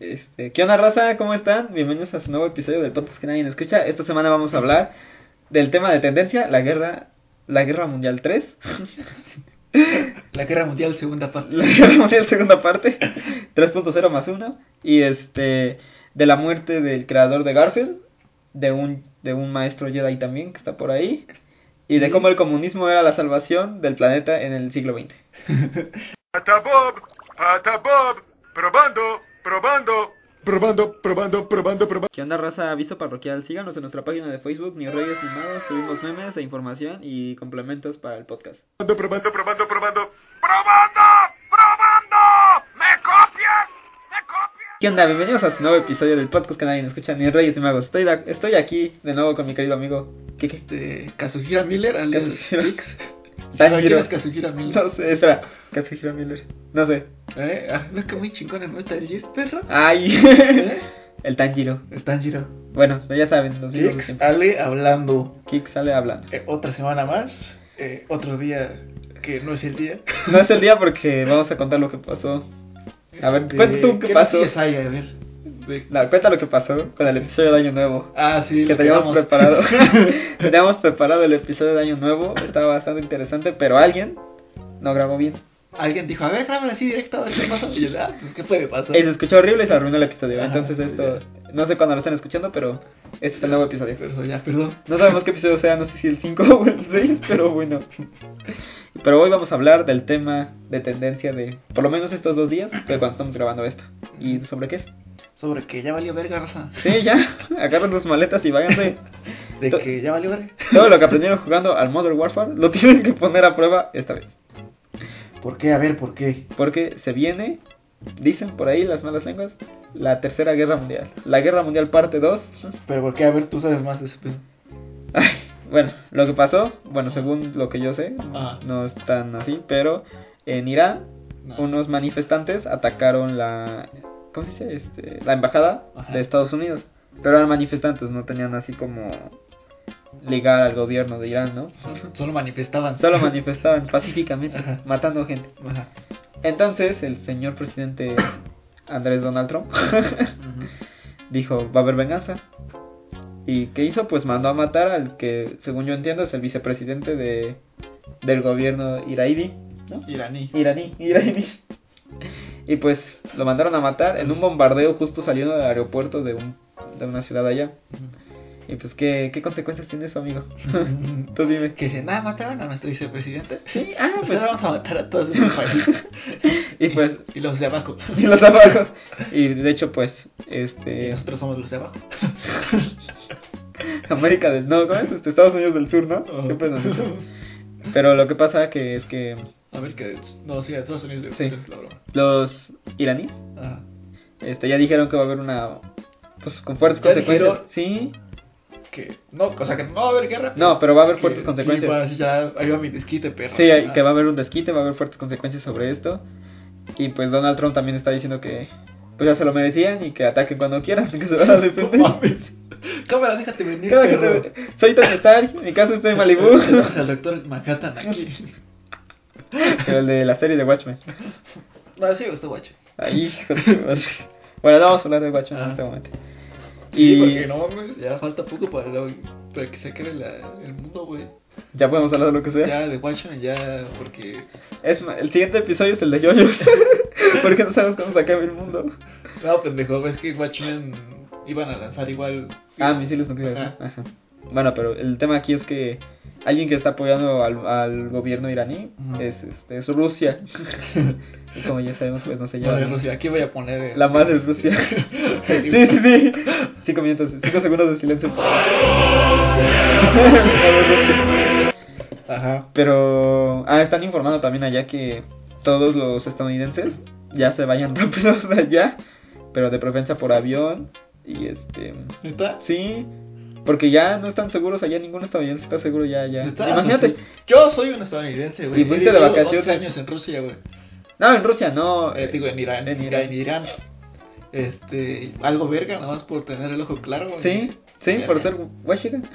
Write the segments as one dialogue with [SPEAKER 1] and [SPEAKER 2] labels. [SPEAKER 1] Este, ¿Qué onda, raza? ¿Cómo están? Bienvenidos a su nuevo episodio del podcast que nadie escucha. Esta semana vamos a hablar del tema de tendencia, la guerra, la guerra mundial 3,
[SPEAKER 2] La guerra mundial, segunda parte.
[SPEAKER 1] la guerra mundial segunda parte, 3.0 más 1, y este, de la muerte del creador de Garfield, de un, de un maestro Jedi también que está por ahí, y de cómo el comunismo era la salvación del planeta en el siglo XX.
[SPEAKER 3] Patabob, Patabob, probando, probando. Probando, probando, probando, probando.
[SPEAKER 1] ¿Qué onda, raza? Aviso parroquial. Síganos en nuestra página de Facebook, Ni Reyes Ni Magos. Subimos memes e información y complementos para el podcast.
[SPEAKER 3] Probando, probando, probando, probando. Probando, probando. ¿Me copias? ¿Me copias?
[SPEAKER 1] ¿Qué onda? Bienvenidos a su nuevo episodio del podcast que nadie escucha, Ni Reyes Ni Magos. Estoy, da- estoy aquí de nuevo con mi querido amigo. ¿Qué, qué?
[SPEAKER 2] Este, Kazuhira Miller, alias
[SPEAKER 1] Kazuhira.
[SPEAKER 2] Tix.
[SPEAKER 1] Tanjiro.
[SPEAKER 2] ¿Pero quién es Kazuhira Miller?
[SPEAKER 1] No sé, espera. Casi gira Miller. No sé.
[SPEAKER 2] ¿Eh? Ah, ¿No es que muy chingona no está el Jis, perro?
[SPEAKER 1] Ay,
[SPEAKER 2] ¿Eh?
[SPEAKER 1] el Tanjiro.
[SPEAKER 2] El Ah, Tanjiro.
[SPEAKER 1] Bueno, ya saben, los digo
[SPEAKER 2] Tix,
[SPEAKER 1] siempre.
[SPEAKER 2] Ale hablando.
[SPEAKER 1] Kik sale hablando.
[SPEAKER 2] Eh, otra semana más. eh, otro día que no es el día.
[SPEAKER 1] No es el día porque vamos a contar lo que pasó. A ver,
[SPEAKER 2] Este,
[SPEAKER 1] cuenta tú qué pasó.
[SPEAKER 2] noticias hay? A ver. De-
[SPEAKER 1] No, cuenta lo que pasó con el episodio de Año Nuevo.
[SPEAKER 2] Ah, sí.
[SPEAKER 1] que
[SPEAKER 2] lo
[SPEAKER 1] teníamos
[SPEAKER 2] quedamos.
[SPEAKER 1] preparado. teníamos preparado el episodio de Año Nuevo, estaba bastante interesante, pero alguien no grabó bien.
[SPEAKER 2] Alguien dijo, a ver, grábala así directo, a ver qué pasa. Y yo, ah, pues qué puede pasar.
[SPEAKER 1] Y se escuchó horrible y se arruinó el episodio.
[SPEAKER 2] Ajá,
[SPEAKER 1] Entonces esto, no sé cuándo lo están escuchando, pero este es el nuevo episodio.
[SPEAKER 2] Pero ya, perdón.
[SPEAKER 1] No sabemos qué episodio sea, no sé si el 5 o el 6, pero bueno. Pero hoy vamos a hablar del tema de tendencia de, por lo menos estos dos días, de cuando estamos grabando esto. ¿Y sobre qué?
[SPEAKER 2] Sobre que ya valió verga, raza.
[SPEAKER 1] Sí, ya, agarren sus maletas y váyanse.
[SPEAKER 2] De
[SPEAKER 1] To-
[SPEAKER 2] que ya valió verga.
[SPEAKER 1] Todo lo que aprendieron jugando al Modern Warfare lo tienen que poner a prueba esta vez.
[SPEAKER 2] ¿Por qué? A ver, ¿por qué?
[SPEAKER 1] Porque se viene, dicen por ahí las malas lenguas, la tercera guerra mundial. La guerra mundial parte 2.
[SPEAKER 2] Pero ¿por qué? A ver, tú sabes más de ese pedo.
[SPEAKER 1] Bueno, lo que pasó, bueno, según lo que yo sé,
[SPEAKER 2] Ajá.
[SPEAKER 1] no es tan así, pero en Irán unos manifestantes atacaron la, ¿cómo se dice? Este, la embajada
[SPEAKER 2] Ajá.
[SPEAKER 1] de Estados Unidos. Pero eran manifestantes, no tenían así como ligar al gobierno de Irán, ¿no?
[SPEAKER 2] Solo, solo manifestaban.
[SPEAKER 1] Solo manifestaban pacíficamente,
[SPEAKER 2] Ajá.
[SPEAKER 1] matando gente.
[SPEAKER 2] Ajá.
[SPEAKER 1] Entonces, el señor presidente Andrés Donald Trump dijo, va a haber venganza. ¿Y qué hizo? Pues mandó a matar al que, según yo entiendo, es el vicepresidente de, del gobierno iraní. ¿no?
[SPEAKER 2] Iraní.
[SPEAKER 1] Iraní, iraní. Y pues lo mandaron a matar en un bombardeo justo saliendo del aeropuerto de, un, de una ciudad allá. Y pues, ¿qué, qué consecuencias tiene eso, amigo? Tú dime.
[SPEAKER 2] Que se nada, mataban a nuestro vicepresidente.
[SPEAKER 1] Sí, ah,
[SPEAKER 2] Pues
[SPEAKER 1] pues-
[SPEAKER 2] ahora vamos a matar a todos en el país.
[SPEAKER 1] y pues,
[SPEAKER 2] Y los de abajo.
[SPEAKER 1] y los abajos. Y de hecho, pues, este...
[SPEAKER 2] Y Eh, nosotros somos los de abajo.
[SPEAKER 1] América del no, ¿cómo es? Este, Estados Unidos del Sur, ¿no? Siempre nos dicen. Pero lo que pasa que es que
[SPEAKER 2] A ver que. No, sí, a Estados Unidos de
[SPEAKER 1] Sí.
[SPEAKER 2] es la broma. Ah,
[SPEAKER 1] los iraníes
[SPEAKER 2] Ajá.
[SPEAKER 1] este, ya dijeron que va a haber una pues con fuertes
[SPEAKER 2] ¿Ya
[SPEAKER 1] consecuencias. Sí.
[SPEAKER 2] Que. No, o sea que no va a haber guerra.
[SPEAKER 1] No, pero va a haber
[SPEAKER 2] que-
[SPEAKER 1] fuertes
[SPEAKER 2] sí,
[SPEAKER 1] consecuencias.
[SPEAKER 2] va, sí, ya, ahí va mi desquite, perro.
[SPEAKER 1] Sí, hay-
[SPEAKER 2] Ah,
[SPEAKER 1] que va a haber un desquite, va a haber fuertes consecuencias sobre esto. Y pues Donald Trump también está diciendo que pues ya se lo merecían y que ataquen cuando quieran, que se van a defender.
[SPEAKER 2] No mames. Cámara, déjate venir.
[SPEAKER 1] Cada que
[SPEAKER 2] perro.
[SPEAKER 1] se- Soy Tony Stark, mi casa está en Malibu.
[SPEAKER 2] Tenemos al doctor Manhattan aquí.
[SPEAKER 1] Pero el de la serie de Watchmen.
[SPEAKER 2] No, sí, me gustó, guacho.
[SPEAKER 1] Ahí, hijo de tu madre. Bueno, no vamos a hablar de Watchmen en
[SPEAKER 2] Ajá.
[SPEAKER 1] este momento.
[SPEAKER 2] Ah. Sí,
[SPEAKER 1] Y-
[SPEAKER 2] porque no mames, ya falta poco para, lo- para que se acabe la- el mundo, güey.
[SPEAKER 1] Ya podemos hablar de lo que sea.
[SPEAKER 2] Ya de Watchmen, ya, porque.
[SPEAKER 1] Es ma- el siguiente episodio es el de Yoyos. Porque no sabemos cuándo se acabe el mundo.
[SPEAKER 2] No, pendejo, es que Watchmen iban a lanzar igual.
[SPEAKER 1] Ah, misiles nucleares.
[SPEAKER 2] Ajá.
[SPEAKER 1] ¿no? Ajá. Bueno, pero el tema aquí es que alguien que está apoyando al, al gobierno iraní
[SPEAKER 2] Ujú.
[SPEAKER 1] es, este, es Rusia. y como ya sabemos, pues no se lleva.
[SPEAKER 2] Madre Rusia, aquí voy a poner. eh,
[SPEAKER 1] La madre Rusia. sí, sí, sí. Cinco minutos, cinco segundos de silencio.
[SPEAKER 2] Ajá.
[SPEAKER 1] Pero ah, están informando también allá que todos los estadounidenses ya se vayan rápidos de allá pero de preferencia por avión. Y este.
[SPEAKER 2] ¿Neta?
[SPEAKER 1] Sí, porque ya no están seguros allá, ningún estadounidense está seguro ya, ya.
[SPEAKER 2] ¿Neta?
[SPEAKER 1] Imagínate.
[SPEAKER 2] O sea, sí. Yo soy un estadounidense, güey.
[SPEAKER 1] Y
[SPEAKER 2] He
[SPEAKER 1] fuiste de
[SPEAKER 2] vivido
[SPEAKER 1] vacaciones.
[SPEAKER 2] 11 años en Rusia, güey.
[SPEAKER 1] No, en Rusia no.
[SPEAKER 2] Eh,
[SPEAKER 1] eh,
[SPEAKER 2] digo, en Irán.
[SPEAKER 1] en
[SPEAKER 2] En
[SPEAKER 1] Irán.
[SPEAKER 2] Irán. Este, algo verga, nada más por tener el ojo claro, güey.
[SPEAKER 1] Sí, sí,
[SPEAKER 2] Ya,
[SPEAKER 1] por
[SPEAKER 2] ya.
[SPEAKER 1] ser Washington.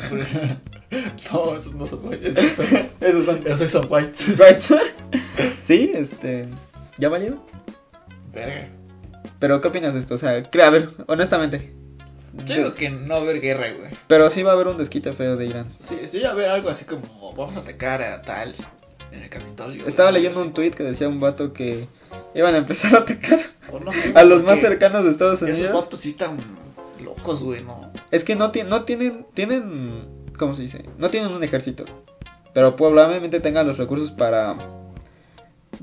[SPEAKER 2] no, esos no son white. Esos son,
[SPEAKER 1] Esos son.
[SPEAKER 2] esos son white.
[SPEAKER 1] Right. sí, este. ¿Ya valió?
[SPEAKER 2] Verga.
[SPEAKER 1] Pero, ¿qué opinas de esto? O sea, cre- a ver, honestamente.
[SPEAKER 2] Yo digo que no haber guerra, güey.
[SPEAKER 1] Pero sí va a haber un desquite feo de Irán.
[SPEAKER 2] Sí, yo ya ver algo así como vamos a atacar a tal en el Capitolio. güey.
[SPEAKER 1] Estaba leyendo un tweet que decía un vato que iban a empezar a atacar
[SPEAKER 2] O no sé,
[SPEAKER 1] a los más
[SPEAKER 2] porque
[SPEAKER 1] cercanos de Estados
[SPEAKER 2] Esos
[SPEAKER 1] Unidos.
[SPEAKER 2] vatos sí están locos, güey, no.
[SPEAKER 1] Es que no, ti- no tienen, tienen, ¿cómo se dice? No tienen un ejército. Pero probablemente tengan los recursos para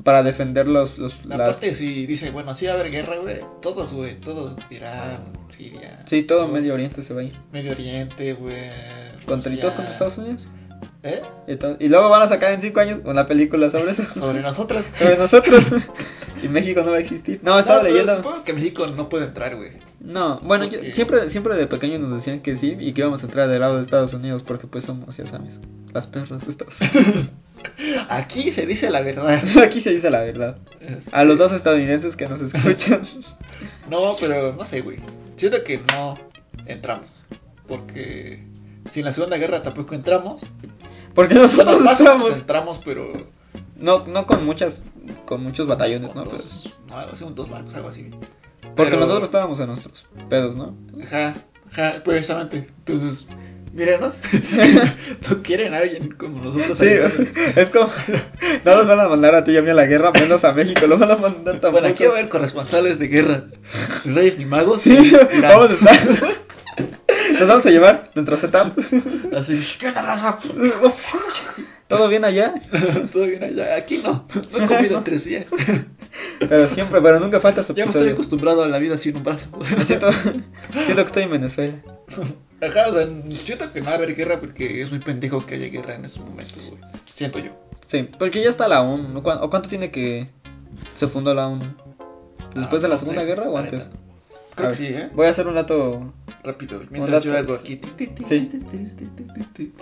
[SPEAKER 1] para defender los, los las-
[SPEAKER 2] Aparte, si dice, bueno, sí va a haber guerra, güey. Todos, güey, todos. Irán, Siria.
[SPEAKER 1] Sí, todo
[SPEAKER 2] todos.
[SPEAKER 1] Medio Oriente se va a ir.
[SPEAKER 2] Medio Oriente, güey.
[SPEAKER 1] Contra, y
[SPEAKER 2] Rusia.
[SPEAKER 1] todos contra Estados Unidos.
[SPEAKER 2] ¿Eh?
[SPEAKER 1] Y, to- y luego van a sacar en 5 años una película sobre eso.
[SPEAKER 2] Sobre nosotros.
[SPEAKER 1] sobre nosotros. y México no va a existir. No, estaba
[SPEAKER 2] pero
[SPEAKER 1] leyendo.
[SPEAKER 2] Supongo que México no puede entrar, güey.
[SPEAKER 1] No, bueno, yo-
[SPEAKER 2] Porque-
[SPEAKER 1] siempre siempre de pequeño nos decían que sí y que íbamos a entrar del lado de Estados Unidos porque pues somos, ya sabes, las perras de Estados Unidos.
[SPEAKER 2] Aquí se dice la verdad.
[SPEAKER 1] Aquí se dice la verdad.
[SPEAKER 2] Este.
[SPEAKER 1] A los dos estadounidenses que nos escuchan.
[SPEAKER 2] No, pero no sé, güey. Siento que no entramos. Porque si en la Segunda Guerra tampoco entramos.
[SPEAKER 1] Porque
[SPEAKER 2] Bueno,
[SPEAKER 1] nosotros
[SPEAKER 2] más o menos
[SPEAKER 1] estamos
[SPEAKER 2] entramos, pero.
[SPEAKER 1] no no con muchas con muchos batallones,
[SPEAKER 2] con
[SPEAKER 1] ¿no? Pero-
[SPEAKER 2] dos- no, algo así, un dos barcos, algo así.
[SPEAKER 1] porque
[SPEAKER 2] Pero-
[SPEAKER 1] nosotros estábamos en nuestros pedos, ¿no?
[SPEAKER 2] Ajá, ajá, precisamente. Entonces, mírenos. no quieren a alguien como nosotros.
[SPEAKER 1] Sí, es como no los van a mandar a ti y a mí a la guerra, menos a México, los van a mandar tampoco.
[SPEAKER 2] Bueno, aquí va a haber corresponsales de guerra. Reyes ni magos.
[SPEAKER 1] Sí,
[SPEAKER 2] y Irán.
[SPEAKER 1] vamos a estar. Nos vamos a llevar nuestro setup.
[SPEAKER 2] Así, ¿qué onda, raza?
[SPEAKER 1] Todo bien allá,
[SPEAKER 2] Todo bien allá. Aquí no. No he comido en tres días.
[SPEAKER 1] pero siempre, pero nunca falta su
[SPEAKER 2] Ya me estoy
[SPEAKER 1] episodio.
[SPEAKER 2] acostumbrado a la vida sin un brazo.
[SPEAKER 1] Me siento, siento que estoy en Venezuela.
[SPEAKER 2] Ajá, o sea, siento que no va a haber guerra porque es muy pendejo que haya guerra en esos momentos, güey. Siento yo.
[SPEAKER 1] Sí, porque ya está la ONU. ¿no? ¿Cuán- ¿O cuánto tiene que se fundó la ONU? ¿Después
[SPEAKER 2] Ah,
[SPEAKER 1] de la
[SPEAKER 2] no
[SPEAKER 1] Segunda
[SPEAKER 2] sé,
[SPEAKER 1] Guerra o
[SPEAKER 2] la
[SPEAKER 1] antes?
[SPEAKER 2] neta.
[SPEAKER 1] A
[SPEAKER 2] Creo que
[SPEAKER 1] ver,
[SPEAKER 2] sí, ¿eh?
[SPEAKER 1] Voy a hacer un dato.
[SPEAKER 2] Rápido, mientras yo
[SPEAKER 1] dato
[SPEAKER 2] hago
[SPEAKER 1] es-
[SPEAKER 2] aquí.
[SPEAKER 1] Sí.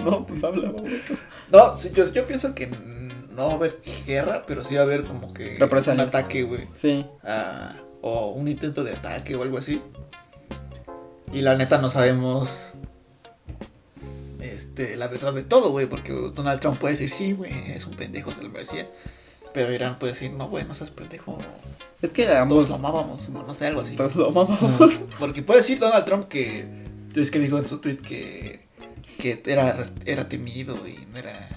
[SPEAKER 2] No, pues habla.
[SPEAKER 1] vamos.
[SPEAKER 2] No, sí, yo, yo pienso que no va a haber guerra, pero sí va a haber como que un
[SPEAKER 1] Represalias.
[SPEAKER 2] ataque, güey.
[SPEAKER 1] Sí.
[SPEAKER 2] ah, o un intento de ataque o algo así. Y la neta no sabemos este, la verdad de todo, güey, porque Donald Trump puede decir, sí, güey, es un pendejo, se lo merecía. Pero Irán puede decir, no, güey, no seas pendejo,
[SPEAKER 1] Es que ambos.
[SPEAKER 2] todos lo amábamos, o no sé, algo así.
[SPEAKER 1] Todos lo amamos.
[SPEAKER 2] Porque puede decir Donald Trump que, es que dijo en su tweet que, que era, era temido y no era,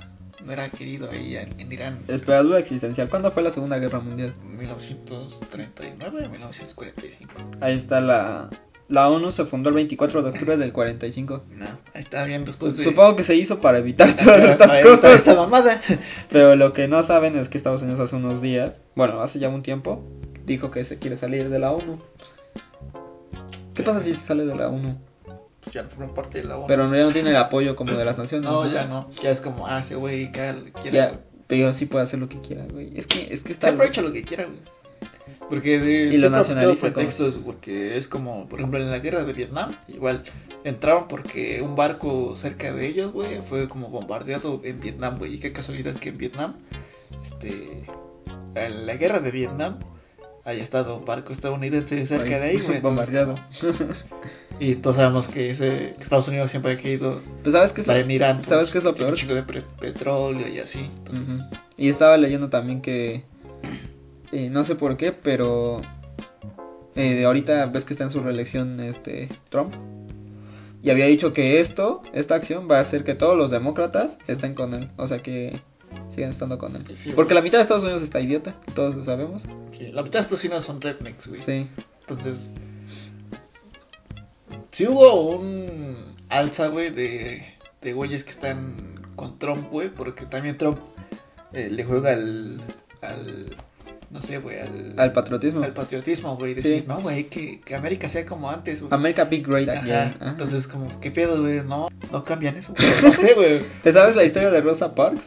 [SPEAKER 2] no era querido ahí en Irán.
[SPEAKER 1] Espera, duda existencial. ¿Cuándo fue la Segunda Guerra Mundial?
[SPEAKER 2] 1939, 1945.
[SPEAKER 1] Ahí está la. La ONU se fundó el 24 de octubre del 45.
[SPEAKER 2] No, ahí está bien después de...
[SPEAKER 1] Supongo que se hizo para evitar todas
[SPEAKER 2] Pues Para- para
[SPEAKER 1] estas
[SPEAKER 2] evitar
[SPEAKER 1] cosas.
[SPEAKER 2] esta mamada.
[SPEAKER 1] Pero lo que no saben es que Estados Unidos hace unos días, bueno, hace ya un tiempo, dijo que se quiere salir de la ONU. ¿Qué pasa si se sale de la ONU?
[SPEAKER 2] Pues Ya no forma parte de la ONU.
[SPEAKER 1] Pero no- ya no tiene el apoyo como de las naciones.
[SPEAKER 2] no, ya no. Ya es como, ah, ese güey, cada lo que quiera.
[SPEAKER 1] Ya, pero sí puede hacer lo que quiera, güey. Es que, es que está...
[SPEAKER 2] Siempre ha hecho lo que quiera, güey. Porque de,
[SPEAKER 1] Y lo
[SPEAKER 2] siempre ha aplicado
[SPEAKER 1] nacionaliza como-
[SPEAKER 2] pretextos, porque es como, por ejemplo, en la guerra de Vietnam, igual entraron porque un barco cerca de ellos, güey, fue como bombardeado en Vietnam, güey. Y qué casualidad que en Vietnam, este, en la guerra de Vietnam, haya estado un barco estadounidense cerca de ahí, güey.
[SPEAKER 1] pues
[SPEAKER 2] Entonces,
[SPEAKER 1] Bombardeado.
[SPEAKER 2] Y todos sabemos que ese- que Estados Unidos siempre ha querido
[SPEAKER 1] Pues sabes qué es
[SPEAKER 2] estar
[SPEAKER 1] lo,
[SPEAKER 2] en Irán. por
[SPEAKER 1] ¿sabes qué es lo
[SPEAKER 2] un
[SPEAKER 1] peor?
[SPEAKER 2] chingo pues, de pre- petróleo y así. Entonces,
[SPEAKER 1] Ujú. Y estaba leyendo también que... eh, no sé por qué, pero... eh, ahorita ves que está en su reelección este Trump. Y había dicho que esto, esta acción va a hacer que todos los demócratas estén con él. O sea que sigan estando con él.
[SPEAKER 2] Sí, güey.
[SPEAKER 1] Porque la mitad de Estados Unidos está idiota, todos lo sabemos.
[SPEAKER 2] sí, La mitad de estos chinos son rednecks, güey.
[SPEAKER 1] Sí.
[SPEAKER 2] Entonces, si hubo un alza, güey, de, de güeyes que están con Trump, güey, porque también Trump eh, le juega al, al, no sé, güey, al,
[SPEAKER 1] Al patriotismo.
[SPEAKER 2] al patriotismo, güey,
[SPEAKER 1] Sí.
[SPEAKER 2] decir, no, güey, que, que América sea como antes, güey.
[SPEAKER 1] America Big Great
[SPEAKER 2] Ajá,
[SPEAKER 1] Again. Ajá.
[SPEAKER 2] Entonces, como, ¿qué pedo, güey? No, no cambian eso, güey. No sé, güey.
[SPEAKER 1] ¿Te sabes la historia de Rosa Parks?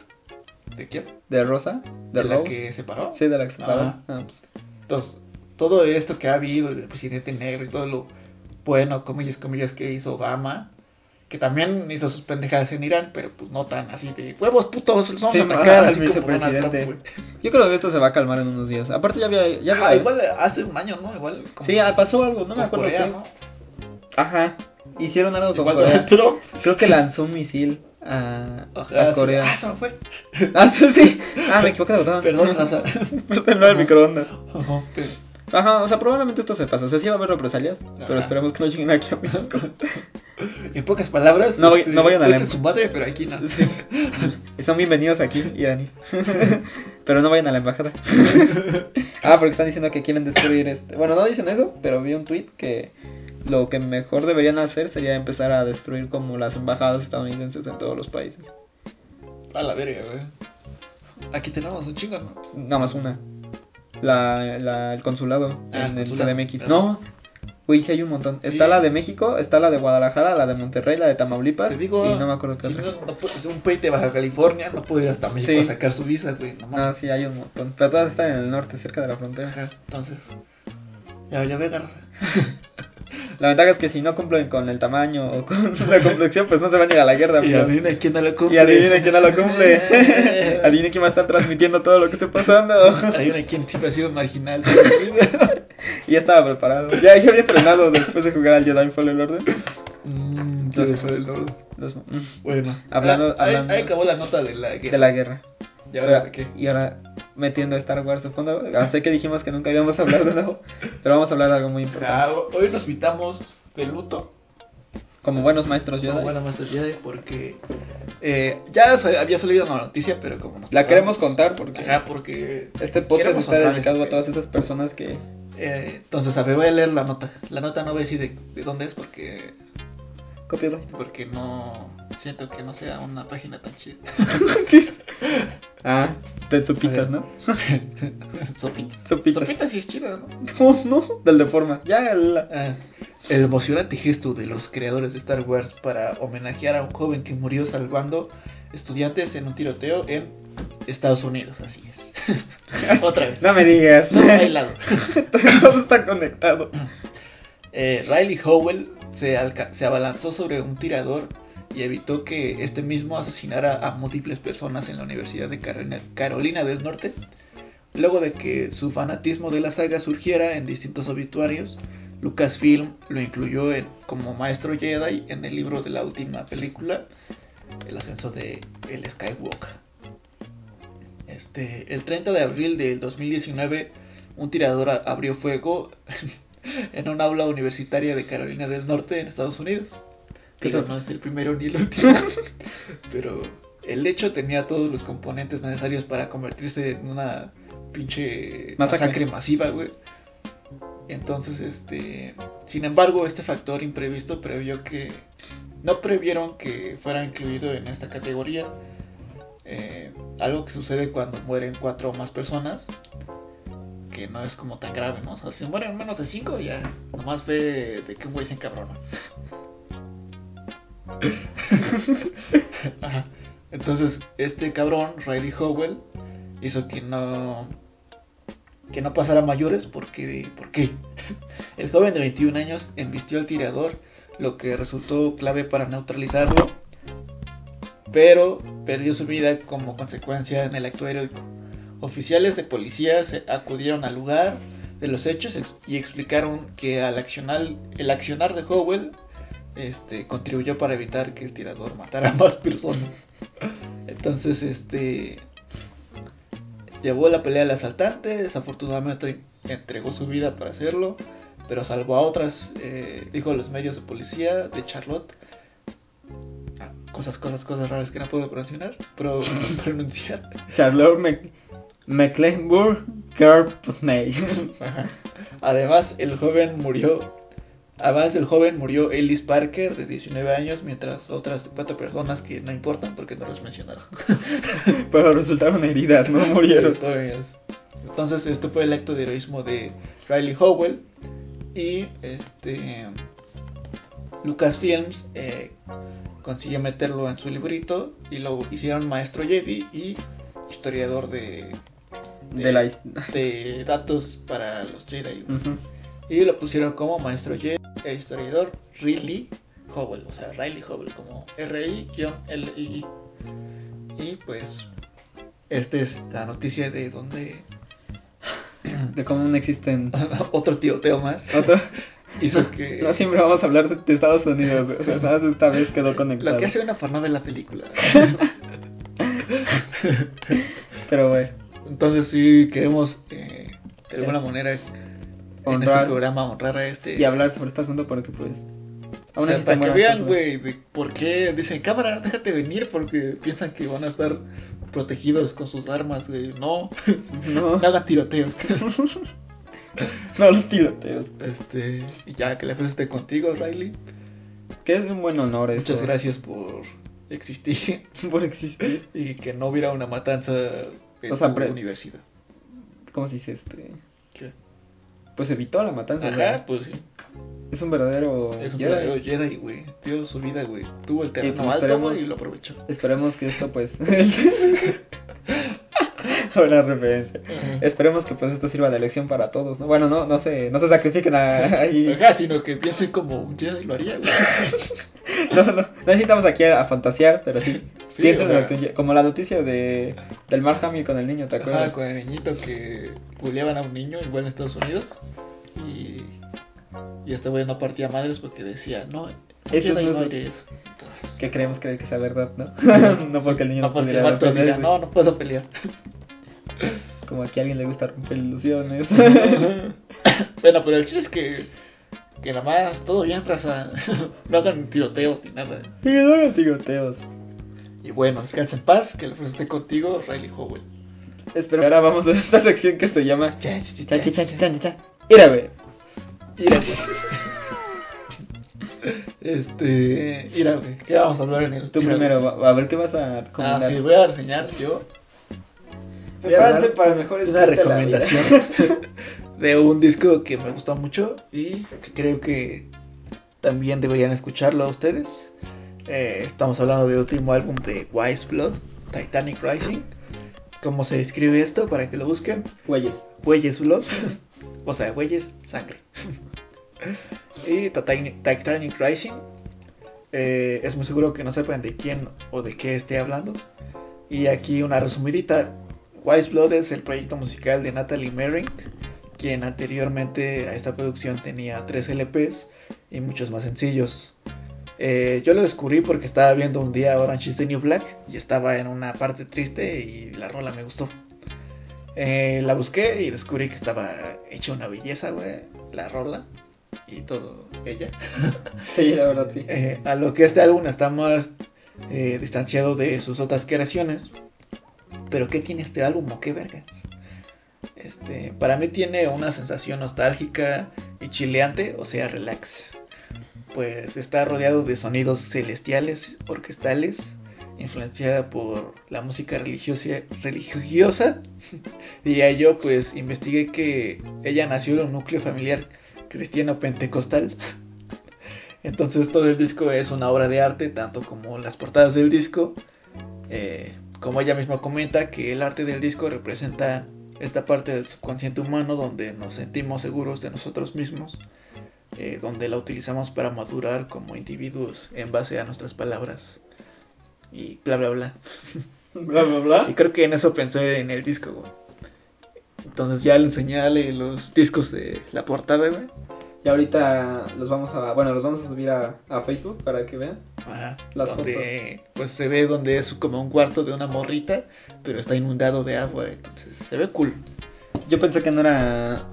[SPEAKER 2] ¿De quién?
[SPEAKER 1] ¿De Rosa? ¿De,
[SPEAKER 2] la
[SPEAKER 1] Rose?
[SPEAKER 2] que se paró.
[SPEAKER 1] Sí, de la que se paró.
[SPEAKER 2] Ajá.
[SPEAKER 1] Ah, pues,
[SPEAKER 2] Entonces, todo esto que ha habido del presidente negro y todo lo bueno, comillas, comillas, que hizo Obama, que también hizo sus pendejadas en Irán, pero pues no tan así de huevos putos, los vamos
[SPEAKER 1] Sí,
[SPEAKER 2] a
[SPEAKER 1] al
[SPEAKER 2] atacar así como Donald
[SPEAKER 1] vicepresidente.
[SPEAKER 2] Trump, güey.
[SPEAKER 1] Yo creo que esto se va a calmar en unos días. Aparte ya había... Ya
[SPEAKER 2] Ajá,
[SPEAKER 1] había-
[SPEAKER 2] Ah, igual hace un año, ¿no? Igual. como
[SPEAKER 1] Sí, ah, pasó algo, no me
[SPEAKER 2] con
[SPEAKER 1] acuerdo.
[SPEAKER 2] Corea,
[SPEAKER 1] qué.
[SPEAKER 2] ¿no?
[SPEAKER 1] Ajá. Hicieron algo con
[SPEAKER 2] Igual
[SPEAKER 1] Corea.
[SPEAKER 2] Donald Trump.
[SPEAKER 1] Creo que lanzó un misil a,
[SPEAKER 2] Ajá,
[SPEAKER 1] a
[SPEAKER 2] sí. Ah,
[SPEAKER 1] Corea.
[SPEAKER 2] se me fue.
[SPEAKER 1] Ah, sí, sí. Ah, me equivoqué de botón.
[SPEAKER 2] Perdón, raza.
[SPEAKER 1] Perdón, el microondas.
[SPEAKER 2] Ajá, pero-
[SPEAKER 1] Ajá, o sea, probablemente esto se pasa. O sea, sí va a haber represalias, pero
[SPEAKER 2] Ajá.
[SPEAKER 1] esperemos que no lleguen aquí a México.
[SPEAKER 2] En pocas palabras,
[SPEAKER 1] No voy-
[SPEAKER 2] este,
[SPEAKER 1] no vayan a
[SPEAKER 2] cuenten
[SPEAKER 1] leer.
[SPEAKER 2] su madre, pero aquí no.
[SPEAKER 1] Sí. Y Son bienvenidos aquí, iraní. Pero no vayan a la embajada. Ah, porque están diciendo que quieren destruir este. Bueno, no dicen eso, pero vi un tweet que lo que mejor deberían hacer sería empezar a destruir como las embajadas estadounidenses en todos los países.
[SPEAKER 2] A la verga, güey. Aquí tenemos un chingo, ¿no?
[SPEAKER 1] Nada más una. La, la- el consulado
[SPEAKER 2] Ah,
[SPEAKER 1] en
[SPEAKER 2] el
[SPEAKER 1] el
[SPEAKER 2] consulado.
[SPEAKER 1] CDMX.
[SPEAKER 2] Ah.
[SPEAKER 1] No, güey, sí hay un montón.
[SPEAKER 2] Sí.
[SPEAKER 1] Está la de México, está la de Guadalajara, la de Monterrey, la de Tamaulipas.
[SPEAKER 2] Te digo,
[SPEAKER 1] y no me acuerdo qué
[SPEAKER 2] si
[SPEAKER 1] otra.
[SPEAKER 2] no- no puedes- un país de Baja California no puede ir hasta México
[SPEAKER 1] Sí.
[SPEAKER 2] a sacar su visa, güey. No
[SPEAKER 1] Ah,
[SPEAKER 2] mames.
[SPEAKER 1] sí, hay un montón. Pero todas están en el norte, cerca de la frontera.
[SPEAKER 2] Ajá, Entonces, ya, ya ve, Garza.
[SPEAKER 1] La ventaja es que si no cumplen con el tamaño o con la complexión, pues no se van a ir a la guerra.
[SPEAKER 2] Y
[SPEAKER 1] pero-
[SPEAKER 2] adivina quién no lo cumple.
[SPEAKER 1] Y adivinen quién no lo cumple. adivinen quién va a estar transmitiendo todo lo que está pasando.
[SPEAKER 2] Adivina quién siempre ha sido marginal.
[SPEAKER 1] y ya estaba preparado. Ya, ya había entrenado después de jugar al Jedi Fallen Order.
[SPEAKER 2] Mmm, yo fue el orden.
[SPEAKER 1] Los-
[SPEAKER 2] Bueno,
[SPEAKER 1] Hablando-
[SPEAKER 2] Ah, ahí-
[SPEAKER 1] hablando-
[SPEAKER 2] Ahí, acabó la nota de la guerra.
[SPEAKER 1] de la guerra.
[SPEAKER 2] ¿Y ahora
[SPEAKER 1] Ahora-
[SPEAKER 2] de qué?
[SPEAKER 1] y ahora metiendo Star Wars de fondo. Ah, Sé que dijimos que nunca íbamos a hablar de nuevo, pero vamos a hablar de algo muy importante.
[SPEAKER 2] Ah, hoy nos invitamos de luto. Ah.
[SPEAKER 1] Como buenos maestros Jedi.
[SPEAKER 2] Bueno, bueno, Master Jedi, porque eh, ya sa- había salido la noticia, pero como nos
[SPEAKER 1] La queremos
[SPEAKER 2] tardamos-
[SPEAKER 1] contar porque
[SPEAKER 2] Ajá, porque
[SPEAKER 1] este podcast
[SPEAKER 2] queremos
[SPEAKER 1] está
[SPEAKER 2] honrar
[SPEAKER 1] dedicado a
[SPEAKER 2] este-
[SPEAKER 1] todas estas personas que
[SPEAKER 2] eh, entonces, a ver, voy a leer la nota. La nota no voy a decir de, de dónde es porque
[SPEAKER 1] copyright.
[SPEAKER 2] porque no siento que no sea una página tan chida.
[SPEAKER 1] Ah, de sopitas, ¿no?
[SPEAKER 2] Sopitas.
[SPEAKER 1] Sopitas.
[SPEAKER 2] Sopitas sí es chida, ¿no?
[SPEAKER 1] No, no, del de forma. Ya el-
[SPEAKER 2] Ah, el emocionante gesto de los creadores de Star Wars para homenajear a un joven que murió salvando estudiantes en un tiroteo en Estados Unidos, así es. Otra vez.
[SPEAKER 1] No me digas.
[SPEAKER 2] No, bailado.
[SPEAKER 1] Todo está conectado.
[SPEAKER 2] Eh, Riley Howell se, alca- se abalanzó sobre un tirador y evitó que este mismo asesinara a múltiples personas en la Universidad de Carolina, Carolina del Norte, luego de que su fanatismo de la saga surgiera en distintos obituarios. Lucasfilm lo incluyó en- como maestro Jedi en el libro de la última película, El ascenso de el Skywalker. Este, el 30 de abril del 2019, un tirador a- abrió fuego en un aula universitaria de Carolina del Norte en Estados Unidos. Digo, no es el primero ni el último, pero el hecho tenía todos los componentes necesarios para convertirse en una pinche
[SPEAKER 1] Masacre.
[SPEAKER 2] masacre, masiva, güey. Entonces, este, sin embargo, este factor imprevisto previó que no previeron que fuera incluido en esta categoría. Eh, algo que sucede cuando mueren cuatro o más personas que no es como tan grave, ¿no? O sea, si mueren menos de 5, ya nomás ve de que un güey se encabrona. Ajá. Entonces, este cabrón, Riley Howell, hizo que no que no pasara a mayores porque ¿por qué? El joven de 21 años embistió al tirador, lo que resultó clave para neutralizarlo, pero perdió su vida como consecuencia en el acto heroico. Oficiales de policía se acudieron al lugar de los hechos ex- y explicaron que al accionar, el accionar de Howell este, contribuyó para evitar que el tirador matara a más personas. Entonces, este llevó la pelea al asaltante, desafortunadamente entregó su vida para hacerlo, pero salvó a otras, eh, dijo a los medios de policía de Charlotte. Ah, Cosas, cosas, cosas raras que no puedo pronunciar, pero pronunciar.
[SPEAKER 1] Charlotte Mc... Mecklenburg Carpney.
[SPEAKER 2] Ajá. Además, el joven murió. Además, el joven murió Ellis Parker, de 19 años, mientras otras cuatro personas que no importan porque no las mencionaron.
[SPEAKER 1] Pero resultaron heridas, no murieron.
[SPEAKER 2] Entonces, entonces, este fue el acto de heroísmo de Riley Howell. Y este. Lucasfilms eh, consiguió meterlo en su librito y lo hicieron maestro Jedi y historiador de
[SPEAKER 1] De la his-
[SPEAKER 2] de datos para los Jedi. güey.
[SPEAKER 1] Ujú.
[SPEAKER 2] Y lo pusieron como maestro Jedi e historiador Riley Howell, o sea, Riley Howell, como R-I-L-I. Y pues, esta es la noticia de donde
[SPEAKER 1] De cómo no existen
[SPEAKER 2] otro tiroteo más
[SPEAKER 1] otro.
[SPEAKER 2] hizo que.
[SPEAKER 1] No siempre vamos a hablar de- de Estados Unidos. O sea, nada más esta vez quedó conectado.
[SPEAKER 2] Lo que hace una porno de la película.
[SPEAKER 1] Pero bueno,
[SPEAKER 2] Entonces, sí, queremos eh, de alguna manera en este
[SPEAKER 1] Honrar.
[SPEAKER 2] programa honrar a este.
[SPEAKER 1] y hablar sobre este asunto porque pues.
[SPEAKER 2] O
[SPEAKER 1] aún
[SPEAKER 2] sea,
[SPEAKER 1] existen
[SPEAKER 2] para que
[SPEAKER 1] buenas
[SPEAKER 2] vean,
[SPEAKER 1] personas.
[SPEAKER 2] güey, de por qué dicen cámara, déjate venir porque piensan que van a estar protegidos con sus armas, güey. No,
[SPEAKER 1] No,
[SPEAKER 2] nada tiroteos.
[SPEAKER 1] no los tiroteos.
[SPEAKER 2] este, y ya que la prensa esté contigo, Riley.
[SPEAKER 1] Que es un buen honor eso. ¿eh?
[SPEAKER 2] Muchas gracias por existir
[SPEAKER 1] Por existir.
[SPEAKER 2] y que no hubiera una matanza en
[SPEAKER 1] O sea,
[SPEAKER 2] tu
[SPEAKER 1] pre-
[SPEAKER 2] universidad.
[SPEAKER 1] ¿Cómo se dice este? Pues evitó la matanza.
[SPEAKER 2] Ajá,
[SPEAKER 1] ¿verdad?
[SPEAKER 2] pues sí.
[SPEAKER 1] Es un verdadero.
[SPEAKER 2] Es un
[SPEAKER 1] Jedi.
[SPEAKER 2] verdadero Jedi, güey. Dio su vida, güey. Tuvo el terreno
[SPEAKER 1] pues,
[SPEAKER 2] alto,
[SPEAKER 1] esperemos-
[SPEAKER 2] güey, y lo aprovechó.
[SPEAKER 1] Esperemos que esto pues. Una referencia. Esperemos que pues esto sirva de lección para todos, ¿no? Bueno, no, no se, no se sacrifiquen a- ahí.
[SPEAKER 2] Ajá, sino que piensen como un Jedi lo haría, güey.
[SPEAKER 1] No, no, no necesitamos aquí a, a fantasear, pero sí.
[SPEAKER 2] Sí,
[SPEAKER 1] Piensen
[SPEAKER 2] o sea.
[SPEAKER 1] en lo tuyo. como la noticia de del Mark Hamill con el niño, ¿te acuerdas?
[SPEAKER 2] Ajá, con el niñito que culeaban a un niño igual en Estados Unidos y, y este güey no partía madres porque decía, no,
[SPEAKER 1] Eso
[SPEAKER 2] eso no,
[SPEAKER 1] no es-
[SPEAKER 2] haría eso. Entonces,
[SPEAKER 1] Que creemos creer que sea verdad, ¿no? no porque el niño
[SPEAKER 2] no,
[SPEAKER 1] no,
[SPEAKER 2] porque el
[SPEAKER 1] pudiera
[SPEAKER 2] vato diga,
[SPEAKER 1] defenderse.
[SPEAKER 2] no, no puedo pelear.
[SPEAKER 1] Como aquí a alguien le gusta romper ilusiones.
[SPEAKER 2] bueno, pero el chiste es que, que nada más todo bien traza, no hagan tiroteos ni nada.
[SPEAKER 1] y no los tiroteos.
[SPEAKER 2] Y bueno, descansa en paz, que el fuerza esté contigo, Riley Howell.
[SPEAKER 1] Espera, ahora vamos a esta sección que se llama
[SPEAKER 2] Chan,
[SPEAKER 1] Chan,
[SPEAKER 2] chan,
[SPEAKER 1] chan,
[SPEAKER 2] chan, chan,
[SPEAKER 1] chan, chan, chan. Mira, güey.
[SPEAKER 2] Mira, güey. Este, mira, güey, ¿qué vamos a hablar en el
[SPEAKER 1] Tú
[SPEAKER 2] mira,
[SPEAKER 1] primero,
[SPEAKER 2] güey?
[SPEAKER 1] va- a ver qué vas a
[SPEAKER 2] Ah,
[SPEAKER 1] recomendar.
[SPEAKER 2] sí, voy a reseñar yo
[SPEAKER 1] Prepárate
[SPEAKER 2] dar
[SPEAKER 1] para mejores
[SPEAKER 2] una
[SPEAKER 1] días de la vida.
[SPEAKER 2] recomendación de un disco que me gustó mucho y que creo que también deberían escucharlo a ustedes. Eh, estamos hablando del último álbum de Wise Blood, Titanic Rising. ¿Cómo se describe esto para que lo busquen?
[SPEAKER 1] Güeyes.
[SPEAKER 2] Bueyes Blood, o sea, bueyes sangre. y Titanic, Titanic Rising, eh, es muy seguro que no sepan de quién o de qué esté hablando. Y aquí una resumidita. Wise Blood es el proyecto musical de Natalie Merrick, quien anteriormente a esta producción tenía tres LPs y muchos más sencillos. Eh, yo lo descubrí porque estaba viendo un día Orange is the New Black y estaba en una parte triste y la rola me gustó. Eh, la busqué y descubrí que estaba hecha una belleza, güey, la rola y todo ella.
[SPEAKER 1] Sí, la verdad, sí.
[SPEAKER 2] Eh, a lo que este álbum está más eh, distanciado de sus otras creaciones. Pero ¿qué tiene este álbum o qué vergas? Este, para mí tiene una sensación nostálgica y chileante, o sea, relax. Pues está rodeado de sonidos celestiales, orquestales, influenciada por la música religiosa, religiosa. Diría yo, pues investigué que ella nació en un núcleo familiar cristiano pentecostal. Entonces todo el disco es una obra de arte, tanto como las portadas del disco. Eh, como ella misma comenta, que el arte del disco representa esta parte del subconsciente humano donde nos sentimos seguros de nosotros mismos, eh, donde la utilizamos para madurar como individuos en base a nuestras palabras y bla bla bla.
[SPEAKER 1] Bla, bla,
[SPEAKER 2] Y
[SPEAKER 1] bla.
[SPEAKER 2] creo que en eso pensé en el disco, güey. Entonces ya al enseñarle los discos de la portada, güey.
[SPEAKER 1] Y ahorita los vamos a, bueno, los vamos a subir a, a Facebook para que vean.
[SPEAKER 2] Ajá,
[SPEAKER 1] Las
[SPEAKER 2] Ah, donde pues se ve donde es como un cuarto de una morrita, pero está inundado de agua, entonces se ve cool.
[SPEAKER 1] Yo pensé que no era,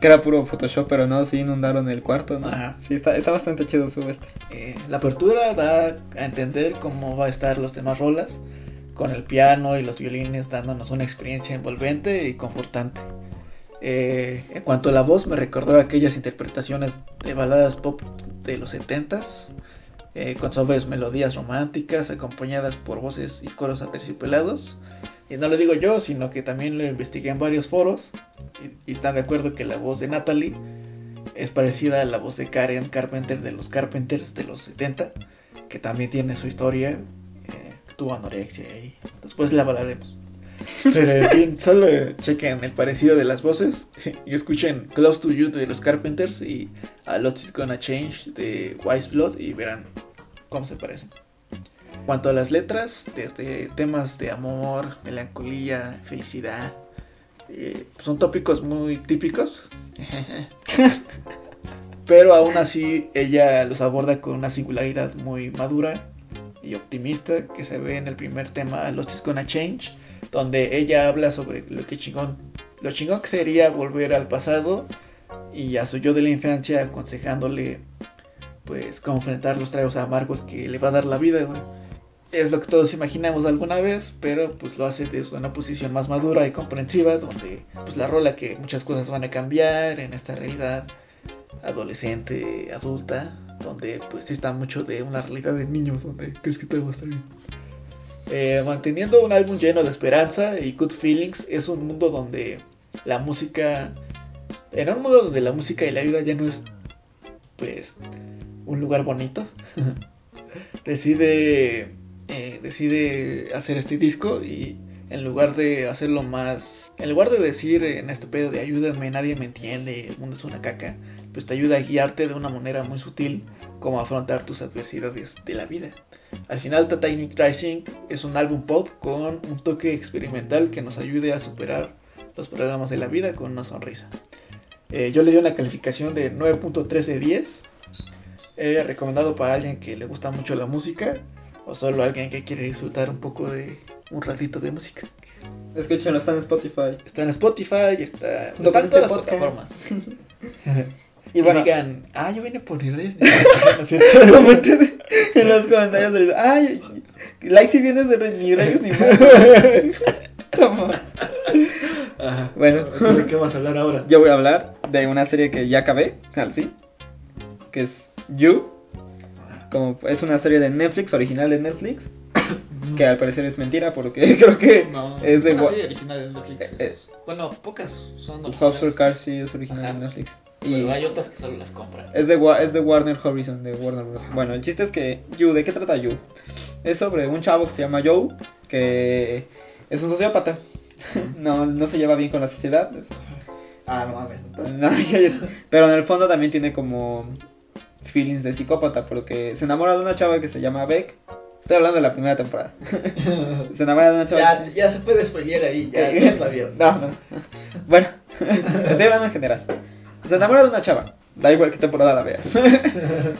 [SPEAKER 1] que era puro Photoshop, pero no, sí inundaron el cuarto, ¿no?
[SPEAKER 2] Ajá.
[SPEAKER 1] Sí, está, está bastante chido su este.
[SPEAKER 2] Eh, la apertura da a entender cómo va a estar los demás rolas, con el piano y los violines dándonos una experiencia envolvente y confortante. Eh, en cuanto a la voz, me recordó aquellas interpretaciones de baladas pop de los 70s, eh, con suaves melodías románticas acompañadas por voces y coros aterciopelados. Y no lo digo yo, sino que también lo investigué en varios foros y, y están de acuerdo que la voz de Natalie es parecida a la voz de Karen Carpenter de los Carpenters de los 70, que también tiene su historia, eh, tuvo anorexia y después la hablaremos. Pero en fin, solo chequen el parecido de las voces y escuchen Close to You de los Carpenters y A Lot Is Gonna Change de Wise Blood y verán cómo se parecen. En cuanto a las letras, desde temas de amor, melancolía, felicidad, eh, son tópicos muy típicos. Pero aún así ella los aborda con una singularidad muy madura y optimista que se ve en el primer tema Los Is Gonna Change, donde ella habla sobre lo que chingón, lo chingón que sería volver al pasado y a su yo de la infancia aconsejándole pues confrontar los tragos amargos que le va a dar la vida, güey. Es lo que todos imaginamos alguna vez, pero pues lo hace desde una posición más madura y comprensiva, donde pues la rola que muchas cosas van a cambiar en esta realidad adolescente, adulta, donde pues está mucho de una realidad de niños, donde crees que todo va a estar bien. Eh, manteniendo un álbum lleno de esperanza y good feelings, es un mundo donde la música, en un mundo donde la música y la vida ya no es pues un lugar bonito, decide, eh, decide hacer este disco y en lugar de hacerlo más, en lugar de decir en este pedo de ayúdame, nadie me entiende, el mundo es una caca, pues te ayuda a guiarte de una manera muy sutil como afrontar tus adversidades de la vida. Al final, Titanic Rising es un álbum pop con un toque experimental que nos ayude a superar los problemas de la vida con una sonrisa. Eh, yo le di una calificación de 9.3 de 10, eh, recomendado para alguien que le gusta mucho la música o solo alguien que quiere disfrutar un poco de un ratito de música.
[SPEAKER 1] Escúchenlo, está en Spotify.
[SPEAKER 2] Está en Spotify, está en
[SPEAKER 1] Lo
[SPEAKER 2] todas
[SPEAKER 1] parece
[SPEAKER 2] las
[SPEAKER 1] podcast.
[SPEAKER 2] plataformas.
[SPEAKER 1] Y bueno-
[SPEAKER 2] digan, ah, yo vine a ponerles. No es cierto.
[SPEAKER 1] Comenten en los comentarios del ay like si vienes de Red ni rayos ni más
[SPEAKER 2] Ajá.
[SPEAKER 1] Bueno.
[SPEAKER 2] ¿de qué vas a hablar ahora?
[SPEAKER 1] yo voy a hablar de una serie que ya acabé al fin que es You como es una serie de Netflix original de Netflix que al parecer es mentira porque creo que
[SPEAKER 2] Mm. No,
[SPEAKER 1] es de
[SPEAKER 2] una
[SPEAKER 1] Wa-
[SPEAKER 2] serie original de Netflix.
[SPEAKER 1] Eh,
[SPEAKER 2] es- Bueno, pocas son
[SPEAKER 1] House
[SPEAKER 2] originales,
[SPEAKER 1] of Cards sí es original
[SPEAKER 2] Ajá.
[SPEAKER 1] de Netflix y
[SPEAKER 2] Pero hay otras que solo las compran.
[SPEAKER 1] Es de, Wa- es de Warner Horizon, de Warner Bros. Bueno, el chiste es que You, ¿de qué trata You? Es sobre un chavo que se llama Joe, que es un sociópata. no, no se lleva bien con la sociedad. es- pues,
[SPEAKER 2] Ah, no mames.
[SPEAKER 1] no, ya- ya- pero en el fondo también tiene como feelings de psicópata, porque se enamora de una chava que se llama Beck. Estoy hablando de la primera temporada. se enamora de una chava.
[SPEAKER 2] ya,
[SPEAKER 1] que-
[SPEAKER 2] ya se puede spoiler ahí, ya,
[SPEAKER 1] Eh,
[SPEAKER 2] ya está bien.
[SPEAKER 1] No, no. Bueno, estoy hablando en general. Se enamora de una chava. Da igual qué temporada la veas.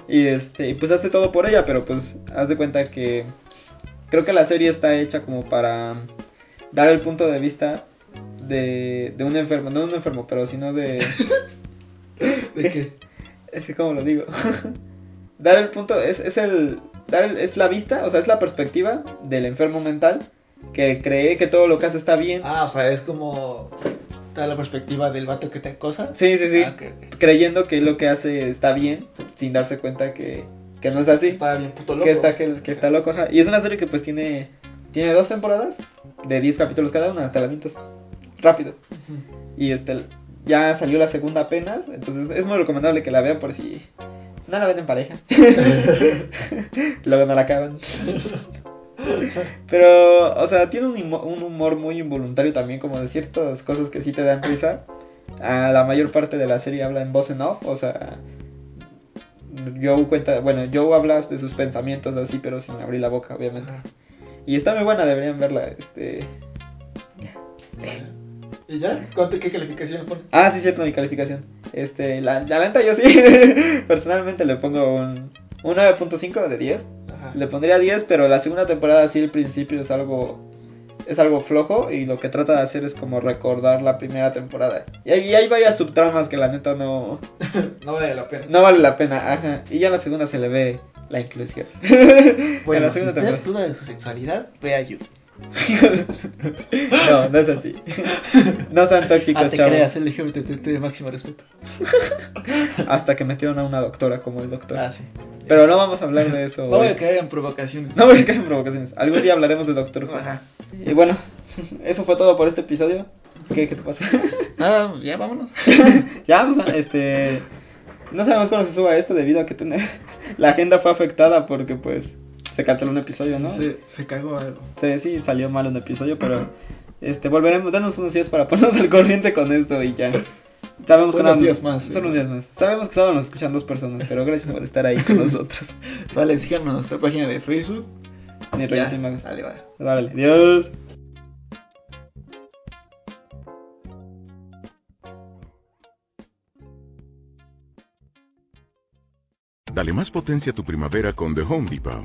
[SPEAKER 1] y este, y pues hace todo por ella, pero pues haz de cuenta que creo que la serie está hecha como para dar el punto de vista de, de un enfermo, no de un enfermo, pero sino de
[SPEAKER 2] ¿De qué?
[SPEAKER 1] es que como lo digo. dar el punto es, es el dar el- es la vista, o sea, es la perspectiva del enfermo mental que cree que todo lo que hace está bien.
[SPEAKER 2] Ah, o sea, es como. Está la perspectiva del vato que te acosa.
[SPEAKER 1] Sí, sí, sí.
[SPEAKER 2] Ah, ok.
[SPEAKER 1] creyendo que lo que hace está bien, sin darse cuenta que, que no es así,
[SPEAKER 2] Está bien puto loco.
[SPEAKER 1] que está, que, que está loco. ajá. Y es una serie que pues tiene, tiene dos temporadas, de 10 capítulos cada una, hasta la mientas, rápido.
[SPEAKER 2] Ujú.
[SPEAKER 1] Y este, ya salió la segunda apenas, entonces es muy recomendable que la vean por si no la ven en pareja. Luego no la acaban. Pero, o sea, tiene un, imo- un humor muy involuntario también, como de ciertas cosas que sí te dan risa. A la mayor parte de la serie habla en voz en off, o sea, Joe cuenta, bueno, Joe habla de sus pensamientos así, pero sin abrir la boca, obviamente. Y está muy buena, deberían verla, este...
[SPEAKER 2] ¿Y ya? ¿Cuánto, ¿Qué calificación le pones?
[SPEAKER 1] Ah, sí, cierto, mi calificación. Este, la, la neta yo sí, personalmente le pongo un, un 9.5 de 10.
[SPEAKER 2] Ajá.
[SPEAKER 1] Le pondría 10, pero la segunda temporada sí el principio es algo es algo flojo y lo que trata de hacer es como recordar la primera temporada. Y hay, y hay varias subtramas que la neta no
[SPEAKER 2] No vale la pena.
[SPEAKER 1] no vale la pena, ajá. Y ya en la segunda se le ve la inclusión. en
[SPEAKER 2] Bueno,
[SPEAKER 1] la
[SPEAKER 2] si
[SPEAKER 1] segunda
[SPEAKER 2] usted
[SPEAKER 1] temporada.
[SPEAKER 2] duda de su sexualidad, vea You.
[SPEAKER 1] no, no es así. No son
[SPEAKER 2] Ah,
[SPEAKER 1] tóxicos,
[SPEAKER 2] te
[SPEAKER 1] chavos.
[SPEAKER 2] creas, LGBT de máximo respeto.
[SPEAKER 1] Hasta que metieron a una doctora como el doctor.
[SPEAKER 2] Ah, sí.
[SPEAKER 1] Pero no vamos a hablar de eso.
[SPEAKER 2] No voy a
[SPEAKER 1] hoy.
[SPEAKER 2] caer en provocaciones.
[SPEAKER 1] No voy a caer en provocaciones. Algún día hablaremos del Doctor Who.
[SPEAKER 2] Ajá.
[SPEAKER 1] Y bueno, eso fue todo por este episodio. ¿Qué, qué te pasa?
[SPEAKER 2] Nada, Ah, ya vámonos.
[SPEAKER 1] ya, pues, este. No sabemos cuándo se suba esto debido a que tener... la agenda fue afectada porque, pues, se canceló un episodio, ¿no?
[SPEAKER 2] Se, se cagó algo.
[SPEAKER 1] Sí, sí, salió mal un episodio, pero Este, volveremos, danos unos días para ponernos al corriente con esto y ya. Sabemos que
[SPEAKER 2] Unos
[SPEAKER 1] no-
[SPEAKER 2] días más, sí.
[SPEAKER 1] Son unos días más. Sabemos que solo nos escuchan dos personas, pero gracias por estar ahí con nosotros.
[SPEAKER 2] Vale, síganos en nuestra página de Facebook.
[SPEAKER 1] Ni
[SPEAKER 2] Ya,
[SPEAKER 1] rayos ni magos.
[SPEAKER 2] Dale, va.
[SPEAKER 1] Vale, adiós.
[SPEAKER 4] Dale más potencia a tu primavera con The Home Depot.